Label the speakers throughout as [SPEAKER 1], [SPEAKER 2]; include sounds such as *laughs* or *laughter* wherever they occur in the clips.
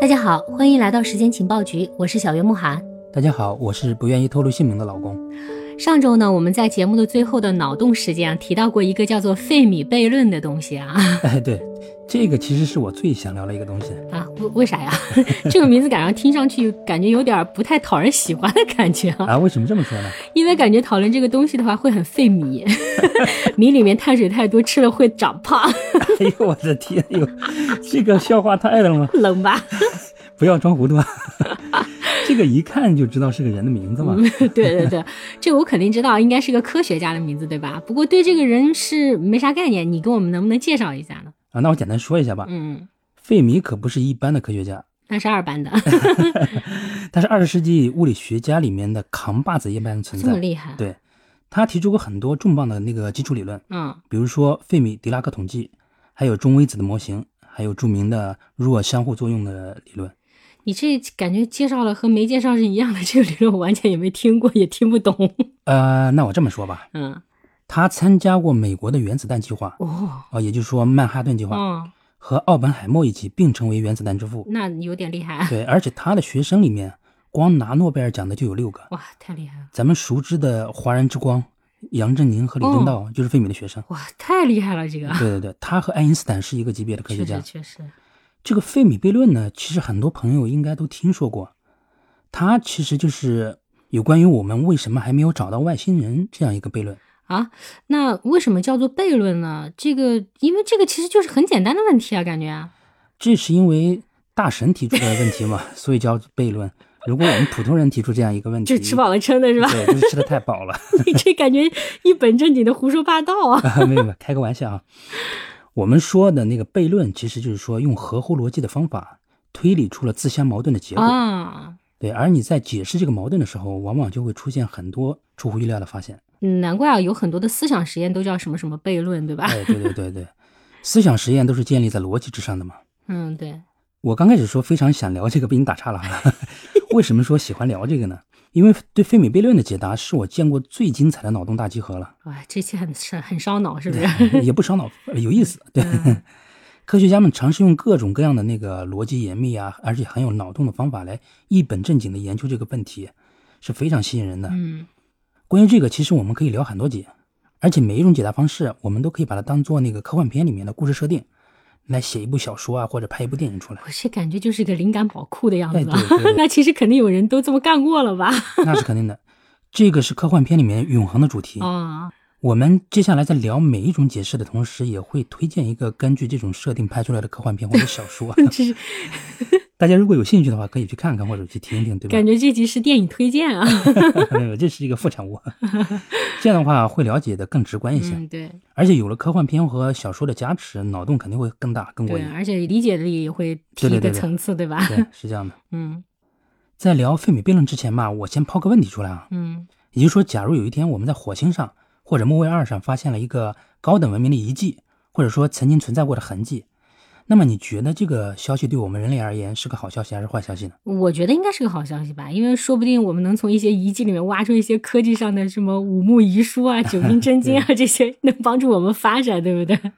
[SPEAKER 1] 大家好，欢迎来到时间情报局，我是小月慕寒。
[SPEAKER 2] 大家好，我是不愿意透露姓名的老公。
[SPEAKER 1] *laughs* 上周呢，我们在节目的最后的脑洞时间啊，提到过一个叫做费米悖论的东西啊 *laughs*
[SPEAKER 2] 哎，对，这个其实是我最想聊的一个东西。
[SPEAKER 1] 啊，为为啥呀？ *laughs* 这个名字感觉听上去感觉有点不太讨人喜欢的感觉啊， *laughs*
[SPEAKER 2] 啊，为什么这么说呢？ *laughs*
[SPEAKER 1] 因为感觉讨论这个东西的话会很费米， *laughs* 米里面碳水太多，吃了会长胖， *laughs*
[SPEAKER 2] 哎呦，我的天哎呦，这个笑话太冷了，
[SPEAKER 1] 冷吧？
[SPEAKER 2] *laughs*
[SPEAKER 1] *laughs*
[SPEAKER 2] 不要装糊涂啊！ *laughs* 这个一看就知道是个人的名字嘛。
[SPEAKER 1] 对对对，这个我肯定知道，应该是个科学家的名字对吧？不过对这个人是没啥概念，你给我们能不能介绍一下呢？
[SPEAKER 2] 啊，那我简单说一下吧。
[SPEAKER 1] 嗯，
[SPEAKER 2] 费米可不是一般的科学家，
[SPEAKER 1] 那是二班的，
[SPEAKER 2] 他是二十世纪物理学家里面的扛把子一般的存
[SPEAKER 1] 这么
[SPEAKER 2] 在。
[SPEAKER 1] 厉害，啊
[SPEAKER 2] 对，他提出过很多重磅的那个基础理论，
[SPEAKER 1] 嗯
[SPEAKER 2] 比如说费米狄拉克统计，还有中微子的模型，还有著名的弱相互作用的理论。，
[SPEAKER 1] 你这感觉介绍了和没介绍是一样的，这个理论我完全也没听过，也听不懂。
[SPEAKER 2] 呃，那我这么说吧，
[SPEAKER 1] 嗯，
[SPEAKER 2] 他参加过美国的原子弹计划，
[SPEAKER 1] 哦，
[SPEAKER 2] 啊，也就是说曼哈顿计划，
[SPEAKER 1] 哦，
[SPEAKER 2] 和奥本海默一起并称为原子弹之父。
[SPEAKER 1] 那有点厉害，啊
[SPEAKER 2] 对，而且他的学生里面，光拿诺贝尔奖的就有六个。
[SPEAKER 1] 哇，太厉害了，
[SPEAKER 2] 咱们熟知的华人之光杨振宁和李政道就是费米的学生。
[SPEAKER 1] 哇，太厉害了，这个
[SPEAKER 2] 对对对，他和爱因斯坦啊是一个级别的嗯科学
[SPEAKER 1] 确
[SPEAKER 2] 家
[SPEAKER 1] 实。确实，
[SPEAKER 2] 这个费米悖论呢，其实很多朋友应该都听说过，它其实就是有关于我们为什么还没有找到外星人这样一个悖论。
[SPEAKER 1] 啊，那为什么叫做悖论呢？这个，因为这个其实就是很简单的问题啊，感觉啊，
[SPEAKER 2] 嗯这是因为大神提出的问题嘛，所以叫悖论。如果我们普通人提出这样一个问题，
[SPEAKER 1] 就吃饱了撑的是吧？
[SPEAKER 2] 对，就是吃的太饱了。 *laughs*
[SPEAKER 1] *laughs* 你这感觉一本正经的胡说八道啊！
[SPEAKER 2] 啊没有，没有，开个玩笑啊。我们说的那个悖论，其实就是说用合乎逻辑的方法推理出了自相矛盾的结果。
[SPEAKER 1] 啊，
[SPEAKER 2] 对，而你在解释这个矛盾的时候，往往就会出现很多出乎意料的发现。
[SPEAKER 1] 嗯难怪啊，有很多的思想实验都叫什么什么悖论，对吧？
[SPEAKER 2] 哎，对对对对，思想实验都是建立在逻辑之上的嘛。
[SPEAKER 1] 嗯，对，
[SPEAKER 2] 我刚开始说非常想聊这个，被你打岔了啊。 *laughs* 为什么说喜欢聊这个呢？因为对费米悖论的解答是我见过最精彩的脑洞大集合了，
[SPEAKER 1] 哇，这期很很烧脑，是不是？
[SPEAKER 2] *laughs* 也不烧脑，有意思。对，
[SPEAKER 1] 嗯
[SPEAKER 2] 科学家们尝试用各种各样的那个逻辑严密啊，而且很有脑洞的方法来一本正经的研究这个问题，是非常吸引人的。
[SPEAKER 1] *laughs* 嗯，
[SPEAKER 2] 关于这个，其实我们可以聊很多节，而且每一种解答方式，我们都可以把它当做那个科幻片里面的故事设定，来写一部小说啊，或者拍一部电影出来。
[SPEAKER 1] 我是感觉就是个灵感宝库的样
[SPEAKER 2] 哎，
[SPEAKER 1] 子
[SPEAKER 2] 对
[SPEAKER 1] 啊。
[SPEAKER 2] 对对，
[SPEAKER 1] *laughs* 那其实肯定有人都这么干过了吧？
[SPEAKER 2] 那是肯定的。这个是科幻片里面永恒的主题。
[SPEAKER 1] 啊、
[SPEAKER 2] 我们接下来在聊每一种解释的同时，也会推荐一个根据这种设定拍出来的科幻片或者小
[SPEAKER 1] *laughs*
[SPEAKER 2] 说。
[SPEAKER 1] 这是
[SPEAKER 2] 大家如果有兴趣的话，可以去看看或者去听一听，对吧
[SPEAKER 1] 感？觉这集是电影推荐啊。
[SPEAKER 2] 没有，这是一个副产物。 *laughs* 这样的话会了解的更直观一些，
[SPEAKER 1] 嗯，对
[SPEAKER 2] 而且有了科幻片和小说的加持，脑洞肯定会更大、更过
[SPEAKER 1] 对，
[SPEAKER 2] 瘾。
[SPEAKER 1] 而且理解力也会提一
[SPEAKER 2] 对对
[SPEAKER 1] 个
[SPEAKER 2] 对对
[SPEAKER 1] 层次，对吧？
[SPEAKER 2] 对，是这样的。
[SPEAKER 1] 嗯
[SPEAKER 2] 在聊费米悖论之前吧，我先抛个问题出来啊，
[SPEAKER 1] 嗯
[SPEAKER 2] 也就是说，假如有一天我们在火星上或者木卫二上发现了一个高等文明的遗迹，或者说曾经存在过的痕迹，那么你觉得这个消息对我们人类而言是个好消息还是坏消息呢？
[SPEAKER 1] 我觉得应该是个好消息吧，因为说不定我们能从一些遗迹里面挖出一些科技上的什么五木遗书啊、九阴真经啊这些，能帮助我们发展，对不对？
[SPEAKER 2] 啊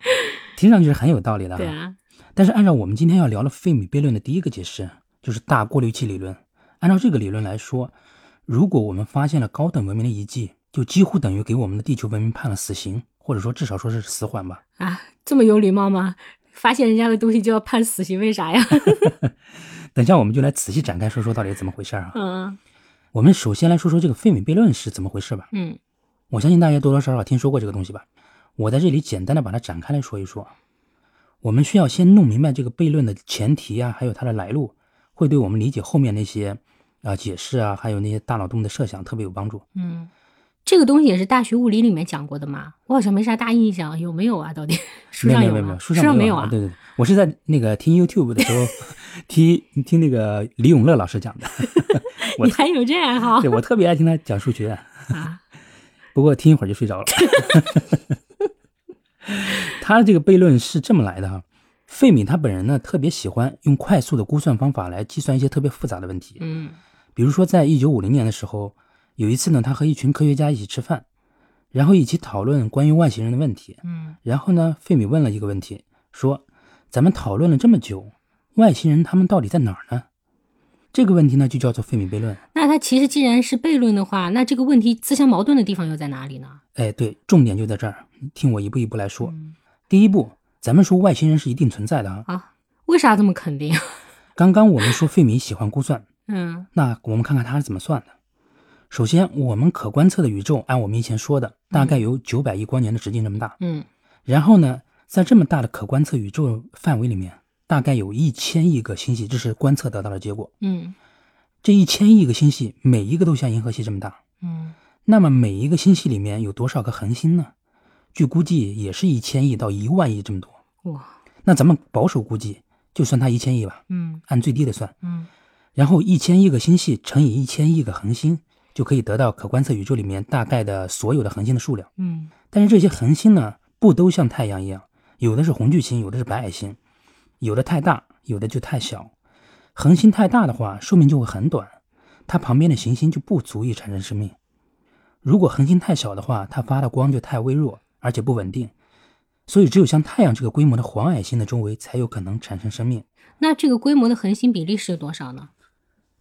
[SPEAKER 2] 听上去是很有道理的哈
[SPEAKER 1] 对。啊，
[SPEAKER 2] 但是按照我们今天要聊的费米悖论的第一个解释，就是大过滤器理论。按照这个理论来说，如果我们发现了高等文明的遗迹，就几乎等于给我们的地球文明判了死刑，或者说至少说是死缓吧。
[SPEAKER 1] 啊，这么有礼貌吗？发现人家的东西就要判死刑，为啥呀？ *laughs*
[SPEAKER 2] 等一下我们就来仔细展开说说到底怎么回事儿啊。
[SPEAKER 1] 嗯
[SPEAKER 2] 我们首先来说说这个费米悖论是怎么回事吧。
[SPEAKER 1] 嗯
[SPEAKER 2] 我相信大家多多少少听说过这个东西吧。我在这里简单的把它展开来说一说。我们需要先弄明白这个悖论的前提啊，还有它的来路，会对我们理解后面那些啊、解释啊，还有那些大脑洞的设想特别有帮助。
[SPEAKER 1] 嗯，这个东西也是大学物理里面讲过的嘛，我好像没啥大印象，有没有啊？到底 *laughs* 书
[SPEAKER 2] 没有
[SPEAKER 1] 上
[SPEAKER 2] 没有没有没
[SPEAKER 1] 吗
[SPEAKER 2] 有，？书
[SPEAKER 1] 书
[SPEAKER 2] 上
[SPEAKER 1] 没
[SPEAKER 2] 有
[SPEAKER 1] 啊？
[SPEAKER 2] 对对对，我是在那个听 YouTube 的时候， *laughs* 听听那个李永乐老师讲的。我
[SPEAKER 1] *laughs* 你还有这啊爱好
[SPEAKER 2] 对我特别爱听他讲数学、
[SPEAKER 1] 啊？
[SPEAKER 2] *laughs* 不过听一会儿就睡着了。 *laughs* 他这个悖论是这么来的哈，费米他本人呢特别喜欢用快速的估算方法来计算一些特别复杂的问题。
[SPEAKER 1] 嗯
[SPEAKER 2] 比如说，在一九五零年的时候，有一次呢，他和一群科学家一起吃饭，然后一起讨论关于外星人的问题。
[SPEAKER 1] 嗯
[SPEAKER 2] 然后呢，费米问了一个问题，说：“咱们讨论了这么久，外星人他们到底在哪儿呢？这个问题呢，就叫做费米悖论。
[SPEAKER 1] 那它其实既然是悖论的话，那这个问题自相矛盾的地方又在哪里呢？
[SPEAKER 2] 哎，对，重点就在这儿，听我一步一步来说。
[SPEAKER 1] 嗯
[SPEAKER 2] 第一步，咱们说外星人是一定存在的啊。
[SPEAKER 1] 啊，为啥这么肯定？ *laughs*
[SPEAKER 2] 刚刚我们说费米喜欢估算，
[SPEAKER 1] 嗯
[SPEAKER 2] 那我们看看他是怎么算的。首先，我们可观测的宇宙，按我们以前说的，大概有九百亿光年的直径这么大。
[SPEAKER 1] 嗯
[SPEAKER 2] 然后呢，在这么大的可观测宇宙范围里面，大概有一千亿个星系，这是观测得到的结果。
[SPEAKER 1] 嗯
[SPEAKER 2] 这一千亿个星系，每一个都像银河系这么大。
[SPEAKER 1] 嗯
[SPEAKER 2] 那么每一个星系里面有多少个恒星呢？据估计也是一千亿到一万亿这么多。
[SPEAKER 1] 哇
[SPEAKER 2] 那咱们保守估计，就算它一千亿吧，
[SPEAKER 1] 嗯
[SPEAKER 2] 按最低的算。
[SPEAKER 1] 嗯
[SPEAKER 2] 然后一千亿个星系乘以一千亿个恒星，就可以得到可观测宇宙里面大概的所有的恒星的数量。
[SPEAKER 1] 嗯
[SPEAKER 2] 但是这些恒星呢，不都像太阳一样，有的是红巨星，有的是白矮星，有的太大，有的就太小。恒星太大的话，寿命就会很短，它旁边的行星就不足以产生生命。如果恒星太小的话，它发的光就太微弱，而且不稳定，所以只有像太阳这个规模的黄矮星的周围才有可能产生生命。
[SPEAKER 1] 那这个规模的恒星比例是有多少呢？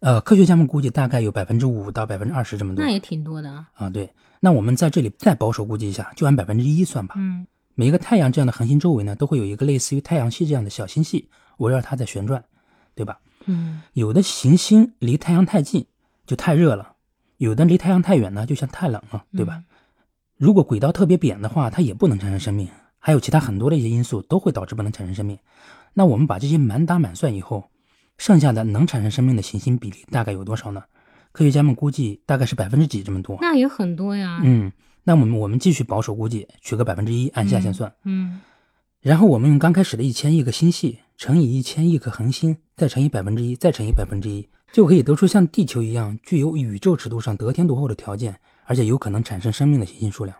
[SPEAKER 2] 呃，科学家们估计大概有百分之五到百分之二十这么多
[SPEAKER 1] 那。也挺多的啊。
[SPEAKER 2] 啊，对。那我们在这里再保守估计一下，就按百分之一算吧。
[SPEAKER 1] 嗯
[SPEAKER 2] 每一个太阳这样的恒星周围呢，都会有一个类似于太阳系这样的小星系围绕它在旋转，对吧？
[SPEAKER 1] 嗯
[SPEAKER 2] 有的行星离太阳太近就太热了，有的离太阳太远呢，就像太冷了，对
[SPEAKER 1] 嗯
[SPEAKER 2] 吧？如果轨道特别扁的话，它也不能产生生命。还有其他很多的一些因素都会导致不能产生生命。那我们把这些满打满算以后，剩下的能产生生命的行星比例大概有多少呢？科学家们估计大概是百分之几这么多。
[SPEAKER 1] 那也很多呀。
[SPEAKER 2] 嗯，那我们我们继续保守估计，取个百分之一，按下限算。
[SPEAKER 1] 嗯
[SPEAKER 2] 然后我们用刚开始的一千亿个星系乘以一千亿颗恒星，再乘以百分之一，再乘以百分之一，就可以得出像地球一样具有宇宙尺度上得天独厚的条件，而且有可能产生生命的行星数量。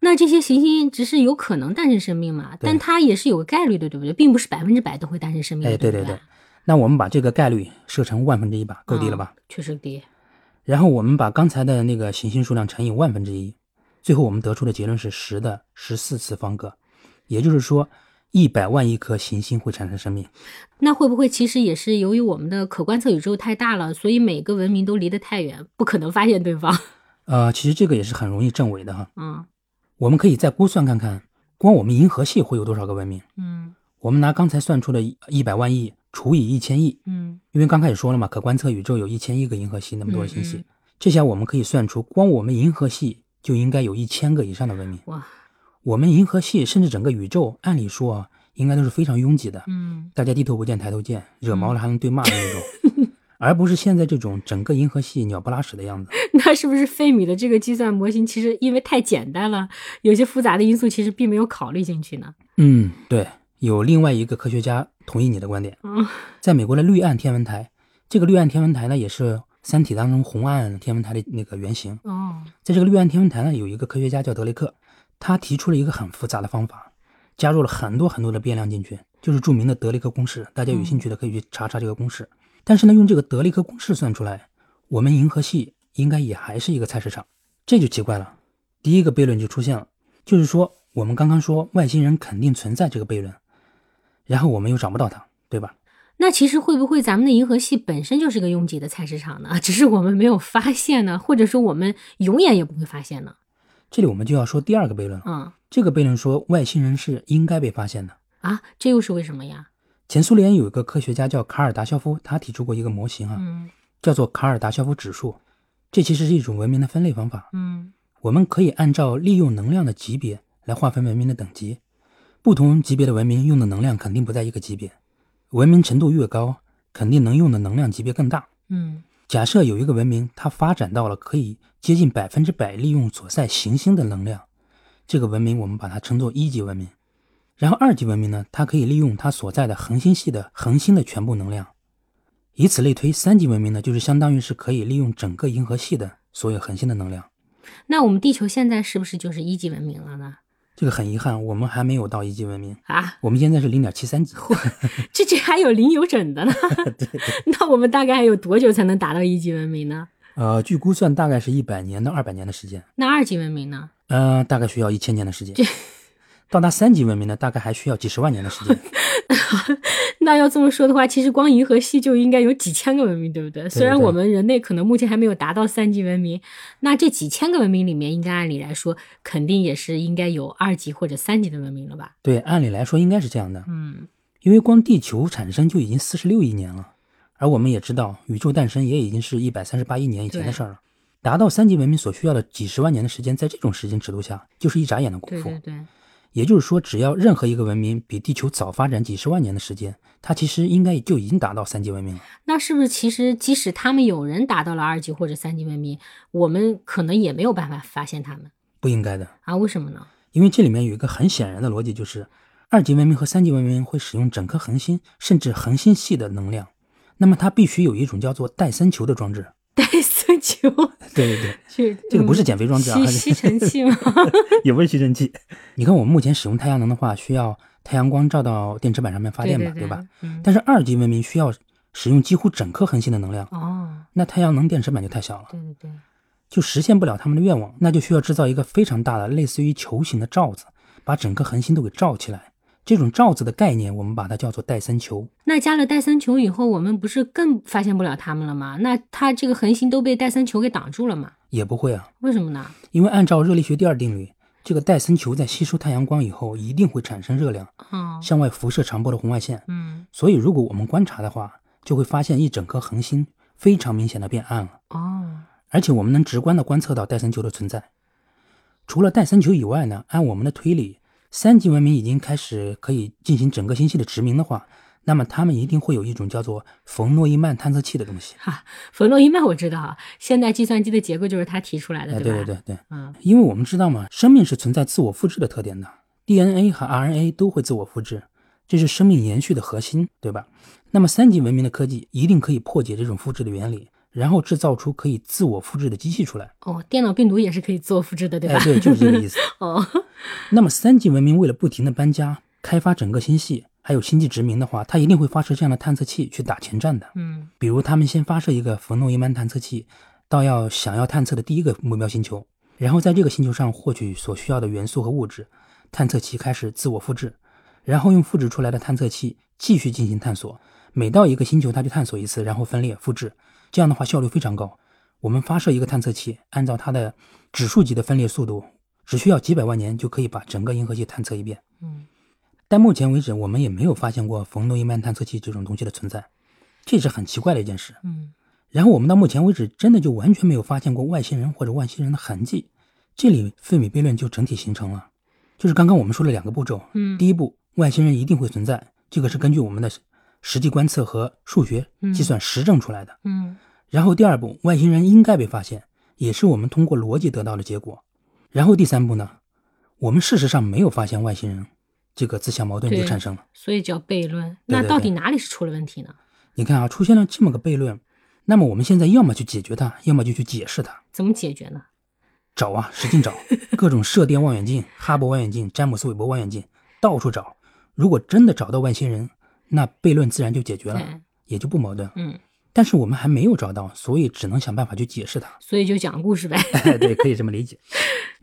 [SPEAKER 1] 那这些行星只是有可能诞生生命嘛，
[SPEAKER 2] 对
[SPEAKER 1] 但它也是有个概率的，对不对？并不是百分之百都会诞生生命的。
[SPEAKER 2] 哎，对
[SPEAKER 1] 对
[SPEAKER 2] 对
[SPEAKER 1] 不
[SPEAKER 2] 对，，那我们把这个概率设成万分之一吧，够低了吧？
[SPEAKER 1] 嗯？确实低。
[SPEAKER 2] 然后我们把刚才的那个行星数量乘以万分之一，最后我们得出的结论是十的十四次方个，也就是说，一百万亿颗行星会产生生命。
[SPEAKER 1] 那会不会其实也是由于我们的可观测宇宙太大了，所以每个文明都离得太远，不可能发现对方？ *laughs*
[SPEAKER 2] 呃，其实这个也是很容易证伪的哈。
[SPEAKER 1] 嗯
[SPEAKER 2] 我们可以再估算看看，光我们银河系会有多少个文明？
[SPEAKER 1] 嗯
[SPEAKER 2] 我们拿刚才算出的一百万亿除以一千亿，
[SPEAKER 1] 嗯
[SPEAKER 2] 因为刚开始说了嘛，可观测宇宙有一千亿个银河系，那么多的星
[SPEAKER 1] 嗯
[SPEAKER 2] 系。
[SPEAKER 1] 嗯
[SPEAKER 2] 这下我们可以算出，光我们银河系就应该有一千个以上的文明。
[SPEAKER 1] 哇，
[SPEAKER 2] 我们银河系甚至整个宇宙，按理说啊，应该都是非常拥挤的，
[SPEAKER 1] 嗯 *laughs*
[SPEAKER 2] 大家低头不见抬头见，惹毛了还能对骂的那种，而不是现在这种整个银河系鸟不拉屎的样子。
[SPEAKER 1] 那是不是费米的这个计算模型其实因为太简单了，有些复杂的因素其实并没有考虑进去呢？
[SPEAKER 2] 嗯，对，有另外一个科学家同意你的观点。
[SPEAKER 1] 嗯
[SPEAKER 2] 在美国的绿岸天文台，这个绿岸天文台呢，也是《三体》当中红岸天文台的那个原型。
[SPEAKER 1] 哦，
[SPEAKER 2] 在这个绿岸天文台呢，有一个科学家叫德雷克，他提出了一个很复杂的方法，加入了很多很多的变量进去，就是著名的德雷克公式。大家有兴趣的可以去查查这个公式。但是呢，用这个德雷克公式算出来，我们银河系应该也还是一个菜市场，这就奇怪了。第一个悖论就出现了，就是说我们刚刚说外星人肯定存在这个悖论，然后我们又找不到它，对吧？
[SPEAKER 1] 那其实会不会咱们的银河系本身就是个拥挤的菜市场呢？ *laughs* 只是我们没有发现呢，或者说我们永远也不会发现呢？
[SPEAKER 2] 这里我们就要说第二个悖论了。
[SPEAKER 1] 嗯
[SPEAKER 2] 这个悖论说外星人是应该被发现的。
[SPEAKER 1] 啊，这又是为什么呀？
[SPEAKER 2] 前苏联有一个科学家叫卡尔达肖夫，他提出过一个模型啊，
[SPEAKER 1] 嗯
[SPEAKER 2] 叫做卡尔达肖夫指数。这其实是一种文明的分类方法。
[SPEAKER 1] 嗯
[SPEAKER 2] 我们可以按照利用能量的级别来划分文明的等级。不同级别的文明用的能量肯定不在一个级别，文明程度越高，肯定能用的能量级别更大。
[SPEAKER 1] 嗯
[SPEAKER 2] 假设有一个文明，它发展到了可以接近百分之百利用所在行星的能量，这个文明我们把它称作一级文明。然后二级文明呢，它可以利用它所在的恒星系的恒星的全部能量。以此类推，三级文明呢，就是相当于是可以利用整个银河系的所有恒星的能量。
[SPEAKER 1] 那我们地球现在是不是就是一级文明了呢？
[SPEAKER 2] 这个很遗憾，我们还没有到一级文明，
[SPEAKER 1] 啊， *laughs*
[SPEAKER 2] 我们现在是零点七三级。
[SPEAKER 1] 这这还有零有整的呢。 *laughs* 那我们大概还有多久才能达到一级文明呢？
[SPEAKER 2] 呃，据估算大概是一百年到二百年的时间，
[SPEAKER 1] 那二级文明呢？
[SPEAKER 2] 呃，大概需要一千年的时间。到达三级文明呢，大概还需要几十万年的时间。
[SPEAKER 1] *laughs* 那要这么说的话，其实光银河系就应该有几千个文明，对不对？虽然我们人类可能目前还没有达到三级文明，那这几千个文明里面，应该按理来说，肯定也是应该有二级或者三级的文明了吧？
[SPEAKER 2] 对，按理来说应该是这样的，
[SPEAKER 1] 嗯，
[SPEAKER 2] 因为光地球产生就已经四十六亿年了，而我们也知道宇宙诞生也已经是一百三十八亿年以前的事儿了。达到三级文明所需要的几十万年的时间，在这种时间尺度下，就是一眨眼的功
[SPEAKER 1] 对
[SPEAKER 2] 夫。
[SPEAKER 1] 对对，
[SPEAKER 2] 也就是说，只要任何一个文明比地球早发展几十万年的时间，它其实应该就已经达到三级文明了。
[SPEAKER 1] 那是不是其实即使他们有人达到了二级或者三级文明，我们可能也没有办法发现他们
[SPEAKER 2] 不应该的，
[SPEAKER 1] 啊？为什么
[SPEAKER 2] *laughs*
[SPEAKER 1] 呢？
[SPEAKER 2] 因为这里面有一个很显然的逻辑，就是二级文明和三级文明会使用整颗恒星甚至恒星系的能量，那么它必须有一种叫做戴森球的装置。 *laughs*
[SPEAKER 1] 戴森球
[SPEAKER 2] 对对对，
[SPEAKER 1] 是
[SPEAKER 2] 这个不是减肥装置啊，
[SPEAKER 1] 吸吸尘器吗？
[SPEAKER 2] 也不是吸尘器。你看，我们目前使用太阳能的话，需要太阳光照到电池板上 *laughs* 面发电嘛，
[SPEAKER 1] 对
[SPEAKER 2] 吧？？
[SPEAKER 1] 嗯，
[SPEAKER 2] 但是二级文明需要使用几乎整颗恒星的能量，
[SPEAKER 1] 哦，
[SPEAKER 2] 那太阳能电池板就太小了，
[SPEAKER 1] 对对对，
[SPEAKER 2] 就实现不了他们的愿望。那就需要制造一个非常大的类似于球形的罩子，把整颗恒星都给罩起来。这种罩子的概念，我们把它叫做戴森球。
[SPEAKER 1] 那加了戴森球以后，我们不是更发现不了他们了吗？那它这个恒星都被戴森球给挡住了嘛？
[SPEAKER 2] 也不会啊，
[SPEAKER 1] 为什么呢？
[SPEAKER 2] 因为按照热力学第二定律，这个戴森球在吸收太阳光以后，一定会产生热量，
[SPEAKER 1] 哦，
[SPEAKER 2] 向外辐射长波的红外线。
[SPEAKER 1] 嗯，
[SPEAKER 2] 所以，如果我们观察的话，就会发现一整颗恒星非常明显的变暗了，
[SPEAKER 1] 哦，
[SPEAKER 2] 而且我们能直观的观测到戴森球的存在。除了戴森球以外呢，按我们的推理，三级文明已经开始可以进行整个星系的殖民的话，那么他们一定会有一种叫做冯诺依曼探测器的东西。
[SPEAKER 1] 冯诺依曼我知道，现代计算机的结构就是他提出来的，
[SPEAKER 2] 哎，
[SPEAKER 1] 吧？
[SPEAKER 2] 对对对对，
[SPEAKER 1] 嗯，
[SPEAKER 2] 因为我们知道嘛，生命是存在自我复制的特点的，DNA 和 RNA 都会自我复制，这是生命延续的核心，对吧？那么三级文明的科技一定可以破解这种复制的原理，然后制造出可以自我复制的机器出来。
[SPEAKER 1] 哦，电脑病毒也是可以自我复制的，对吧？
[SPEAKER 2] 哎，对，就是这个意思。
[SPEAKER 1] *laughs* 哦，
[SPEAKER 2] 那么三级文明为了不停的搬家、开发整个星系，还有星际殖民的话，它一定会发射这样的探测器去打前站的。
[SPEAKER 1] 嗯，
[SPEAKER 2] 比如他们先发射一个冯诺依曼探测器到要想要探测的第一个目标星球，然后在这个星球上获取所需要的元素和物质，探测器开始自我复制，然后用复制出来的探测器继续进行探索。每到一个星球，它就探索一次，然后分裂复制。这样的话效率非常高。我们发射一个探测器，按照它的指数级的分裂速度，只需要几百万年就可以把整个银河系探测一遍。
[SPEAKER 1] 嗯，
[SPEAKER 2] 但目前为止，我们也没有发现过冯诺依曼探测器这种东西的存在，这是很奇怪的一件事。
[SPEAKER 1] 嗯，
[SPEAKER 2] 然后我们到目前为止，真的就完全没有发现过外星人或者外星人的痕迹。这里费米悖论就整体形成了，就是刚刚我们说了两个步骤。
[SPEAKER 1] 嗯
[SPEAKER 2] 第一步，外星人一定会存在，这个是根据我们的实际观测和数学
[SPEAKER 1] 嗯
[SPEAKER 2] 计算实证出来的。
[SPEAKER 1] 嗯，
[SPEAKER 2] 然后第二步，外星人应该被发现，也是我们通过逻辑得到的结果。然后第三步呢，我们事实上没有发现外星人，这个自相矛盾就
[SPEAKER 1] 对
[SPEAKER 2] 产生了。
[SPEAKER 1] 所以叫悖论。
[SPEAKER 2] 对
[SPEAKER 1] 那
[SPEAKER 2] 对
[SPEAKER 1] 到底
[SPEAKER 2] 对
[SPEAKER 1] 哪里是出了问题呢？
[SPEAKER 2] 你看啊，出现了这么个悖论，那么我们现在要么去解决它，要么就去解释它，
[SPEAKER 1] 怎么解决呢？
[SPEAKER 2] 找啊，使劲找，各种射电望远镜、哈勃望远镜、詹姆斯韦伯望远镜，到处找。如果真的找到外星人，那悖论自然就解决了
[SPEAKER 1] 对，
[SPEAKER 2] 也就不矛盾。
[SPEAKER 1] 嗯，
[SPEAKER 2] 但是我们还没有找到，所以只能想办法去解
[SPEAKER 1] *laughs*
[SPEAKER 2] 释它。
[SPEAKER 1] 所以就讲故事呗。
[SPEAKER 2] 哎，对，可以这么
[SPEAKER 1] *laughs*
[SPEAKER 2] 理解。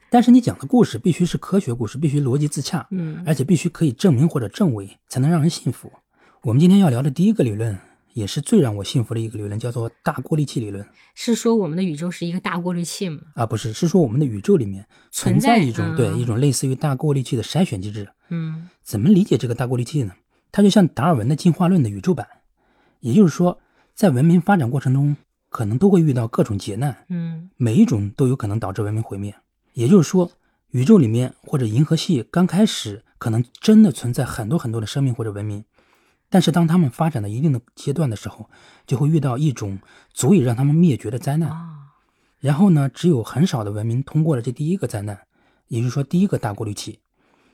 [SPEAKER 2] 但是你讲的故事必须是科学故事，必须逻辑自洽，
[SPEAKER 1] 嗯
[SPEAKER 2] 而且必须可以证明或者证伪，才能让人信服。我们今天要聊的第一个理论，也是最让我信服的一个理论，叫做大过滤器理论
[SPEAKER 1] 是说我们的宇宙是一个大过滤器嘛？
[SPEAKER 2] 啊，不是，是说我们的宇宙里面存
[SPEAKER 1] 存在
[SPEAKER 2] 在一种、
[SPEAKER 1] 嗯
[SPEAKER 2] 对一种类似于大过滤器的筛选机制。
[SPEAKER 1] 嗯
[SPEAKER 2] 怎么理解这个大过滤器呢？它就像达尔文的进化论的宇宙版，也就是说，在文明发展过程中，可能都会遇到各种劫难，
[SPEAKER 1] 嗯
[SPEAKER 2] 每一种都有可能导致文明毁灭。也就是说，宇宙里面或者银河系刚开始可能真的存在很多很多的生命或者文明，但是当他们发展到一定的阶段的时候，就会遇到一种足以让他们灭绝的灾难。
[SPEAKER 1] 哦，
[SPEAKER 2] 然后呢，只有很少的文明通过了这第一个灾难，也就是说第一个大过滤器，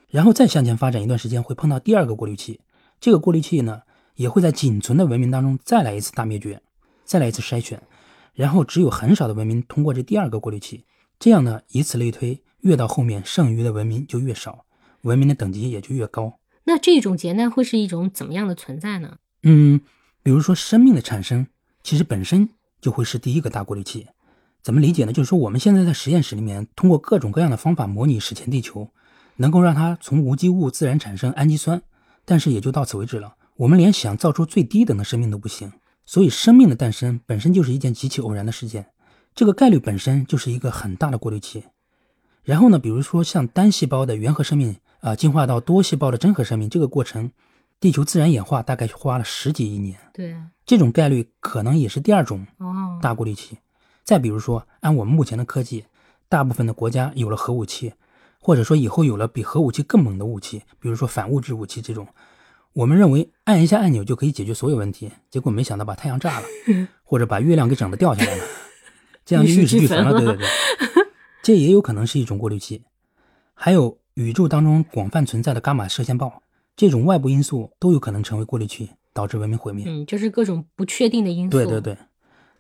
[SPEAKER 2] 然后再向前发展一段时间，会碰到第二个过滤器。这个过滤器呢，也会在仅存的文明当中再来一次大灭绝，再来一次筛选，然后只有很少的文明通过这第二个过滤器。这样呢，以此类推，越到后面，剩余的文明就越少，文明的等级也就越高。
[SPEAKER 1] 那这种劫难会是一种怎么样的存在呢？
[SPEAKER 2] 嗯，比如说生命的产生，其实本身就会是第一个大过滤器。怎么理解呢？就是说我们现在在实验室里面，通过各种各样的方法模拟史前地球，能够让它从无机物自然产生氨基酸，但是也就到此为止了。我们连想造出最低等的生命都不行，所以生命的诞生本身就是一件极其偶然的事件，这个概率本身就是一个很大的过滤器。然后呢，比如说像单细胞的原核生命啊、呃进化到多细胞的真核生命这个过程，地球自然演化大概花了十几亿年，
[SPEAKER 1] 对，啊
[SPEAKER 2] 这种概率可能也是第二种
[SPEAKER 1] 哦，
[SPEAKER 2] 大过滤器。再比如说，按我们目前的科技，大部分的国家有了核武器，或者说以后有了比核武器更猛的武器，比如说反物质武器这种，我们认为按一下按钮就可以解决所有问题，结果没想到把太阳炸 *laughs* 了，或者把月亮给整的掉下来 *laughs* 了，这样就玉石俱焚了。对对对，这也有可能是一种过滤器。还有宇宙当中广泛存在的伽马射线暴，这种外部因素都有可能成为过滤器，导致文明毁灭。
[SPEAKER 1] 嗯，就是各种不确定的因素，
[SPEAKER 2] 对对，对。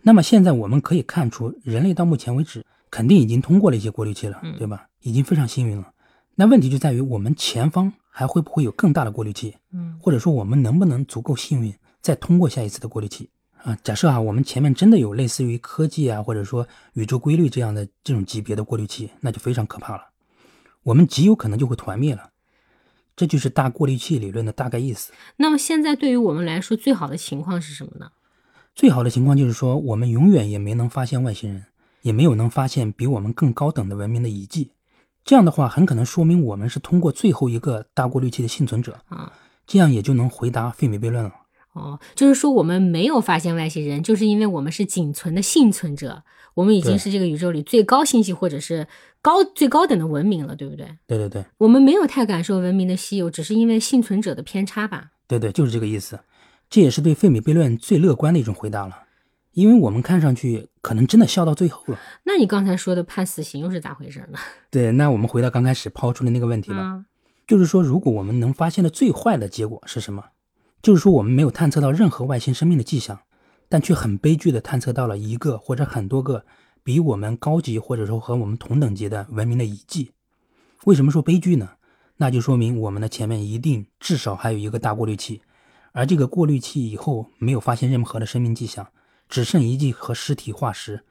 [SPEAKER 2] 那么现在我们可以看出，人类到目前为止肯定已经通过了一些过滤器了，
[SPEAKER 1] 嗯
[SPEAKER 2] 对吧？已经非常幸运了。那问题就在于我们前方还会不会有更大的过滤器，
[SPEAKER 1] 嗯
[SPEAKER 2] 或者说我们能不能足够幸运再通过下一次的过滤器啊？假设啊，我们前面真的有类似于科技啊，或者说宇宙规律这样的这种级别的过滤器，那就非常可怕了，我们极有可能就会团灭了。这就是大过滤器理论的大概意思。
[SPEAKER 1] 那么现在对于我们来说，最好的情况是什么呢？
[SPEAKER 2] 最好的情况就是说，我们永远也没能发现外星人，也没有能发现比我们更高等的文明的遗迹。这样的话，很可能说明我们是通过最后一个大过滤器的幸存者，
[SPEAKER 1] 啊，
[SPEAKER 2] 这样也就能回答费米悖论了。
[SPEAKER 1] 哦，就是说我们没有发现外星人，就是因为我们是仅存的幸存者，我们已经
[SPEAKER 2] 对
[SPEAKER 1] 是这个宇宙里最高星系或者是高最高等的文明了，对不对？
[SPEAKER 2] 对对对
[SPEAKER 1] 我们没有太感受文明的稀有，只是因为幸存者的偏差吧。
[SPEAKER 2] 对对，就是这个意思。这也是对费米悖论最乐观的一种回答了，因为我们看上去可能真的笑到最后了。
[SPEAKER 1] 那你刚才说的判死刑又是咋回事呢？
[SPEAKER 2] 对，那我们回到刚开始抛出的那个问题吧。
[SPEAKER 1] 啊，
[SPEAKER 2] 就是说，如果我们能发现的最坏的结果是什么？就是说，我们没有探测到任何外星生命的迹象，但却很悲剧地探测到了一个或者很多个比我们高级或者说和我们同等级的文明的遗迹。为什么说悲剧呢？那就说明我们的前面一定至少还有一个大过滤器，而这个过滤器以后没有发现任何的生命迹象，只剩遗迹和尸体化石，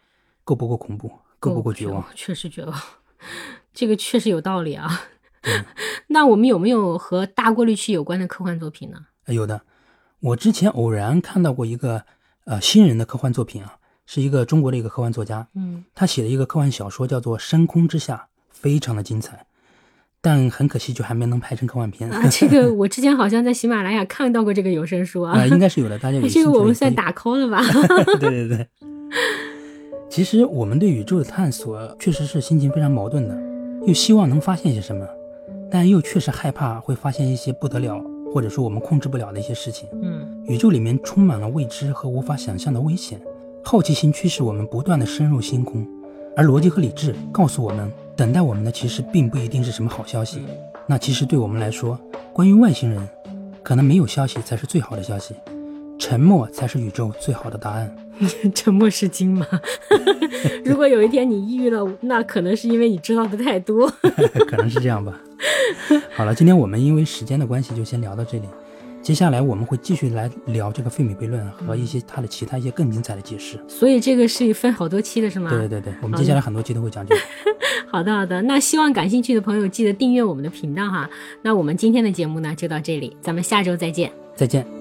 [SPEAKER 2] 够不够恐怖？够不够绝望？？
[SPEAKER 1] 确实绝望， *laughs* 这个确实有道理啊。*laughs*
[SPEAKER 2] 嗯
[SPEAKER 1] 那我们有没有和大过滤器有关的科幻作品呢？
[SPEAKER 2] 呃有的，我之前偶然看到过一个呃新人的科幻作品啊，是一个中国的一个科幻作家，
[SPEAKER 1] 嗯，
[SPEAKER 2] 他写的一个科幻小说叫做《深空之下》，非常的精彩，但很可惜就还没能拍成科幻
[SPEAKER 1] *laughs*
[SPEAKER 2] 片
[SPEAKER 1] 啊，这个我之前好像在喜马拉雅看到过这个有声书啊。
[SPEAKER 2] 啊
[SPEAKER 1] *laughs*
[SPEAKER 2] 应该是有的，大家有
[SPEAKER 1] 这
[SPEAKER 2] 兴
[SPEAKER 1] 个
[SPEAKER 2] 趣
[SPEAKER 1] 我
[SPEAKER 2] 也
[SPEAKER 1] 们
[SPEAKER 2] 可
[SPEAKER 1] 算
[SPEAKER 2] 以
[SPEAKER 1] 打 call 了吧？
[SPEAKER 2] 对对对。其实我们对宇宙的探索确实是心情非常矛盾的，又希望能发现些什么，但又确实害怕会发现一些不得了，或者说我们控制不了的一些事情。 *laughs*
[SPEAKER 1] 嗯
[SPEAKER 2] 宇宙里面充满了未知和无法想象的危险，好奇心驱使我们不断的深入星空，而逻辑和理智告诉我们，等待我们的其实并不一定是什么好消息。
[SPEAKER 1] 嗯
[SPEAKER 2] 那其实对我们来说，关于外星人，可能没有消息才是最好的消息，沉默才是宇宙最好的答案。，
[SPEAKER 1] *laughs*
[SPEAKER 2] *laughs*
[SPEAKER 1] 沉默是金嘛。 *laughs* 如果有一天你抑郁了，那可能是因为你知道的太多。 *laughs*
[SPEAKER 2] 可能是这样吧。好了，今天我们因为时间的关系，就先聊到这里。接下来我们会继续来聊这个费米悖论和一些它的其他一些更精彩的解释。
[SPEAKER 1] 所以这个是分好多期的，是吗？
[SPEAKER 2] 对对对对，我们接下来很多期都会讲这个。
[SPEAKER 1] *laughs* 好的，好的。那希望感兴趣的朋友记得订阅我们的频道哈。那我们今天的节目呢就到这里，咱们下周再见。
[SPEAKER 2] 再见。